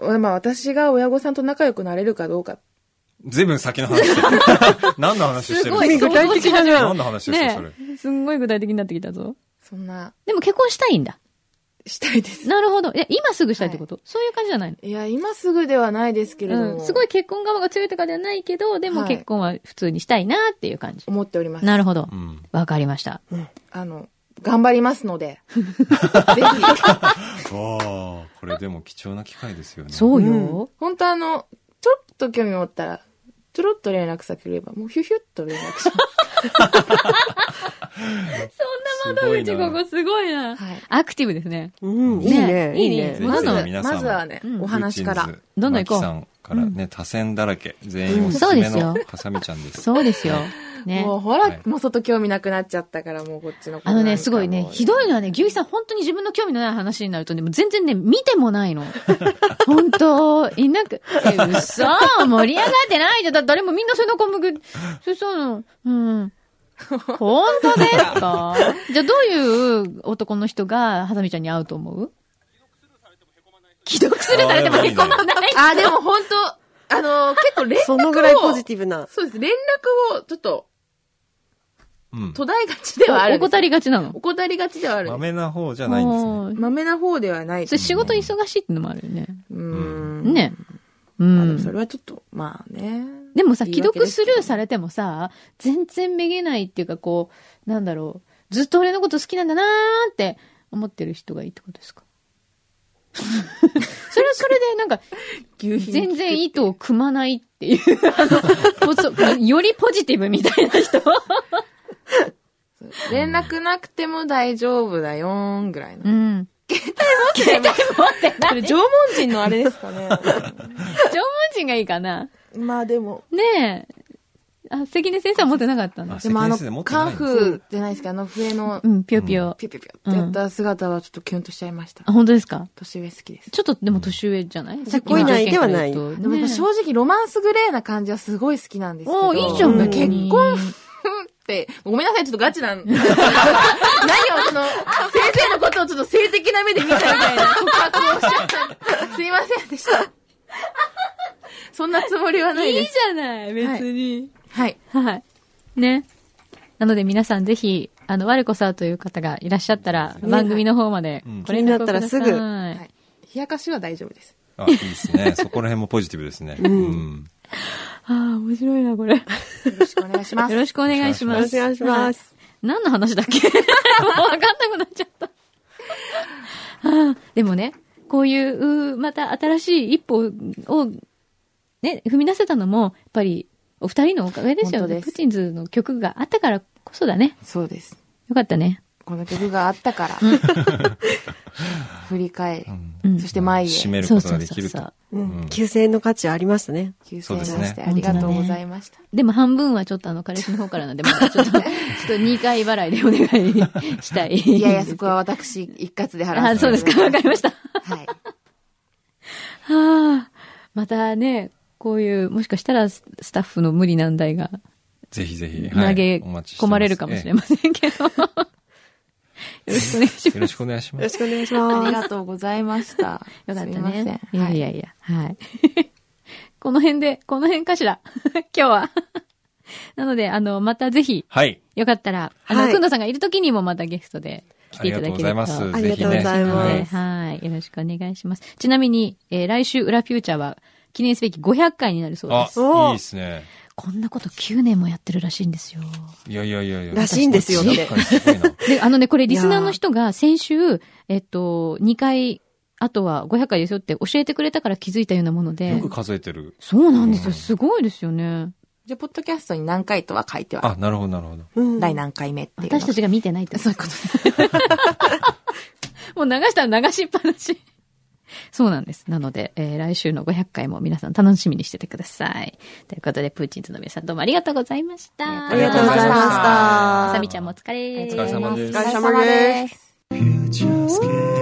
Speaker 5: ーまあ私が親御さんと仲良くなれるかどうか。
Speaker 2: 随分先の話。 何の話してるんです
Speaker 3: 具
Speaker 2: か
Speaker 3: 体的だな
Speaker 2: 何。の話ですかそれ
Speaker 1: ね。えすんごい具体的になってきたぞ。
Speaker 5: そんな、
Speaker 1: でも結婚したいんだ。
Speaker 5: したいです。
Speaker 1: なるほど。え、今すぐしたいってこと、そういう感じじゃないの
Speaker 5: いや、今すぐではないですけれども、
Speaker 1: うん。すごい結婚側が強いとかではないけど、でも
Speaker 5: はい
Speaker 1: 結婚は普通にしたいなっていう感じ。
Speaker 5: 思っております。
Speaker 1: なるほど
Speaker 2: う。ん。
Speaker 1: わかりました。
Speaker 5: あの、頑張りますの で。ぜひ。
Speaker 2: ああ、これでも貴重な機会ですよね。
Speaker 1: そうよ。
Speaker 5: 本当あの、ちょっと興味持ったら、ちょろっと連絡先くれば、もうヒュヒュッと連 絡します。
Speaker 1: そんな窓口ここすごいな。
Speaker 5: はい。
Speaker 1: アクティブですね。
Speaker 3: うん、いいね、
Speaker 1: ね
Speaker 3: いい
Speaker 1: いいね。
Speaker 3: ね
Speaker 2: ま
Speaker 5: ま
Speaker 2: ず
Speaker 5: ず
Speaker 2: は
Speaker 5: は、
Speaker 2: 皆さん
Speaker 5: まずはね
Speaker 1: う、ん
Speaker 5: お話から
Speaker 2: ウーチン。ズ
Speaker 1: どんどん行こう
Speaker 2: マキさんからね、多選だらけ。全員おす
Speaker 1: そ
Speaker 2: す
Speaker 1: うで
Speaker 2: め
Speaker 1: すよ
Speaker 2: のハサミちゃんです。
Speaker 1: そうですよ。ね。
Speaker 5: もうほら
Speaker 2: は、い
Speaker 5: もう外興味なくなっちゃったから、もうこっちのこと
Speaker 1: あ
Speaker 5: な
Speaker 1: の
Speaker 5: んかも
Speaker 1: ね、
Speaker 5: う
Speaker 1: すごいね、ひどいのはね、牛肥さん本当に自分の興味のない話になるとね、もう全然ね、見てもないの。 本当、いなく、え、嘘盛り上がってないじゃん。だ誰もみんなそれの項目、そうそうの、うん。本当ですかじゃあどういう男の人が、はさみちゃんに会うと思う既読スルーされてもへこまない。
Speaker 5: あ、でも本当あのー、 結構連絡を。
Speaker 3: そのぐらいポジティブな。
Speaker 5: そうです。連絡を、ちょっと、
Speaker 2: うん。
Speaker 5: 途絶えがちではあるん
Speaker 1: お
Speaker 5: です。
Speaker 1: 怠りがちなの。
Speaker 5: 怠りがちではあるんです。
Speaker 2: 豆な方じゃないんですね。
Speaker 1: おー
Speaker 5: まめな方ではない
Speaker 1: そ。れ仕事忙しいってのもあるよね。
Speaker 5: うーん。
Speaker 1: ね。う
Speaker 5: まあで
Speaker 1: ん。
Speaker 5: もそれはちょっと、まあね。
Speaker 1: でもさ、
Speaker 5: 言
Speaker 1: 既
Speaker 5: い訳
Speaker 1: 読
Speaker 5: です
Speaker 1: ス
Speaker 5: け
Speaker 1: ル
Speaker 5: ど
Speaker 1: ーされてもさ、全然めげないっていうか、こう、なんだろう、ずっと俺のこと好きなんだなーって思ってる人がいいってことです かそれはそれで、なんか、
Speaker 5: 牛皮
Speaker 1: 全然糸を組まないっていう、あの、もうそうよりポジティブみたいな人
Speaker 5: 連絡なくても大丈夫だよーんぐらいの
Speaker 1: う。ん。携帯持ってない。携帯持ってない。
Speaker 5: それ縄文人のあれですかね。
Speaker 1: 縄文人がいいかな。
Speaker 5: まあでも、
Speaker 1: ねえ。あ、関根先生は持ってなかったの
Speaker 2: あ
Speaker 5: でもあの
Speaker 2: 関根先生持、ってない
Speaker 5: カ
Speaker 2: んで
Speaker 5: ン
Speaker 2: す
Speaker 5: フーじゃないですか、あの笛の
Speaker 1: う、ん、ぴよぴよ。
Speaker 5: ピュピュピュってやった姿はちょっとキュンとしちゃいました
Speaker 1: あ、。本当ですか
Speaker 5: 年上好きです。
Speaker 1: ちょっとでも年上じゃないさっきの
Speaker 3: 恋内ではない
Speaker 1: 条件から言う
Speaker 5: で
Speaker 1: と
Speaker 5: もやっ
Speaker 1: ね
Speaker 5: ぱ正直ロマンスグレーな感じはすごい好きなんですけど。
Speaker 1: おーいいじゃ、
Speaker 5: うんん
Speaker 1: 別
Speaker 5: 結
Speaker 1: に。
Speaker 5: 婚って、ごめんなさい、ちょっとガチなん。 何をその、先生のことをちょっと性的な目で見たみたいな告白をしちゃった。すいませんでした。そんなつもりはな
Speaker 1: い
Speaker 5: い
Speaker 1: い
Speaker 5: で
Speaker 1: じ
Speaker 5: す。
Speaker 1: ゃない、別に。
Speaker 5: はい。
Speaker 1: はい。ね。なので皆さんぜひ、あの、我こさという方がいらっしゃったら、番組の方まで
Speaker 2: うん、
Speaker 1: これになったらすぐ。
Speaker 5: は。
Speaker 1: はい
Speaker 5: 冷やかしは大丈夫です。
Speaker 2: あ、いいですね。そこら辺もポジティブですね。うん。
Speaker 1: あ、面白いな、これ。よ
Speaker 5: よろしくお願いします。
Speaker 1: ろしくお願いし
Speaker 3: よ
Speaker 1: ま
Speaker 3: ろし
Speaker 1: す。
Speaker 3: くお願いします。
Speaker 1: 何の話だっけ もう分かんなくなっちゃった。あーでもね、こういう、うーまた新しい一歩を、ね、踏み出せたのも、やっぱり、お二人のおかげですよ
Speaker 5: 本
Speaker 1: ね。
Speaker 5: 当です
Speaker 1: プチンズの曲があったからこそだね。
Speaker 5: そうです。
Speaker 1: よかったね。
Speaker 5: この曲があったから、 振り返
Speaker 1: う
Speaker 5: り、
Speaker 1: ん
Speaker 5: そして前へ、
Speaker 2: 締
Speaker 5: 9000
Speaker 2: める
Speaker 1: そ
Speaker 2: こ
Speaker 1: う
Speaker 2: と
Speaker 1: そ
Speaker 2: が
Speaker 1: う
Speaker 2: で
Speaker 1: そ
Speaker 2: き
Speaker 1: う
Speaker 2: る
Speaker 1: そ
Speaker 2: と。
Speaker 1: う。
Speaker 3: うん9000円の価値ありますね。
Speaker 5: 円出してありがとうございました。
Speaker 1: でも半分はちょっとあの彼氏の方からなんで、まだちょっと、ちょっと2回払いでお願いしたい。
Speaker 5: いやいや、そこは私、一括で払
Speaker 1: あ、
Speaker 5: わせて
Speaker 1: そうです
Speaker 5: い
Speaker 1: か。
Speaker 5: た
Speaker 1: わか
Speaker 5: だき
Speaker 1: りました。は
Speaker 5: ます。はい。
Speaker 1: あ。またね、こういう、もしかしたらススタッフの無理難題が
Speaker 2: ぜひぜひ。はい
Speaker 1: 投げ
Speaker 2: お待ちして
Speaker 1: 込まれるかもしれませんけど。よ ろしくお願いし
Speaker 2: え
Speaker 1: ま
Speaker 2: えよろしくお願いし
Speaker 3: よ
Speaker 2: ます。
Speaker 3: ろしくお願いし
Speaker 5: あり
Speaker 3: ます。
Speaker 5: がとうございました。
Speaker 1: す。よかっ
Speaker 5: す
Speaker 1: た
Speaker 5: みません
Speaker 1: ね。いやい
Speaker 5: は
Speaker 1: やいや、はい。 この辺で、この辺かしら。 今日は。なので、あの、またぜひ、
Speaker 2: はい。
Speaker 1: よかったら、あの、
Speaker 3: はい
Speaker 1: くんどさんがいるときにもまたゲストで来
Speaker 2: あ
Speaker 1: てい
Speaker 2: りが
Speaker 1: た
Speaker 2: と
Speaker 1: だ
Speaker 2: うご
Speaker 1: けれ
Speaker 2: ざ
Speaker 1: ば
Speaker 2: います。
Speaker 3: あり
Speaker 2: ぜ
Speaker 3: が
Speaker 2: ひ
Speaker 3: とうご
Speaker 2: ね。
Speaker 3: ざいます
Speaker 2: は
Speaker 1: はい、はいよろしくお願いします。ちなみに、えー来週、裏フューチャーは、記念すべき500回になるそうです。
Speaker 2: あ、いいですね。
Speaker 1: こんなこと9年もやってるらしいんですよ。
Speaker 2: いやいやいやいや。
Speaker 3: らしいんですよって
Speaker 2: 確かにすごいな
Speaker 1: で、あのね、これリスナーの人が先週、えっと、2回、あとは500回ですよって教えてくれたから気づいたようなもので
Speaker 2: よく。数えてる。
Speaker 1: そうなんです
Speaker 2: う
Speaker 1: よ。
Speaker 2: ん
Speaker 1: すごいですよね。
Speaker 5: じゃあ、ポッドキャストに何回とは書いては、
Speaker 2: あ、なるほど、なるほど。
Speaker 3: うん
Speaker 5: 第何回目っていうのが。
Speaker 1: 私たちが見てないってそういうこと もう流したら流しっぱなし。そうなんです。なので、えー来週の500回も皆さん楽しみにしててください。ということで、プーチンズの皆さんどうもありがとうございました。
Speaker 3: ありがとうございまし
Speaker 1: あ
Speaker 3: た
Speaker 1: さみちゃんもお疲れ。
Speaker 5: あり
Speaker 2: お
Speaker 5: が
Speaker 2: 疲れ
Speaker 5: とうござい
Speaker 2: 様
Speaker 5: ます。
Speaker 2: です
Speaker 3: お疲れ様です
Speaker 4: Futurescape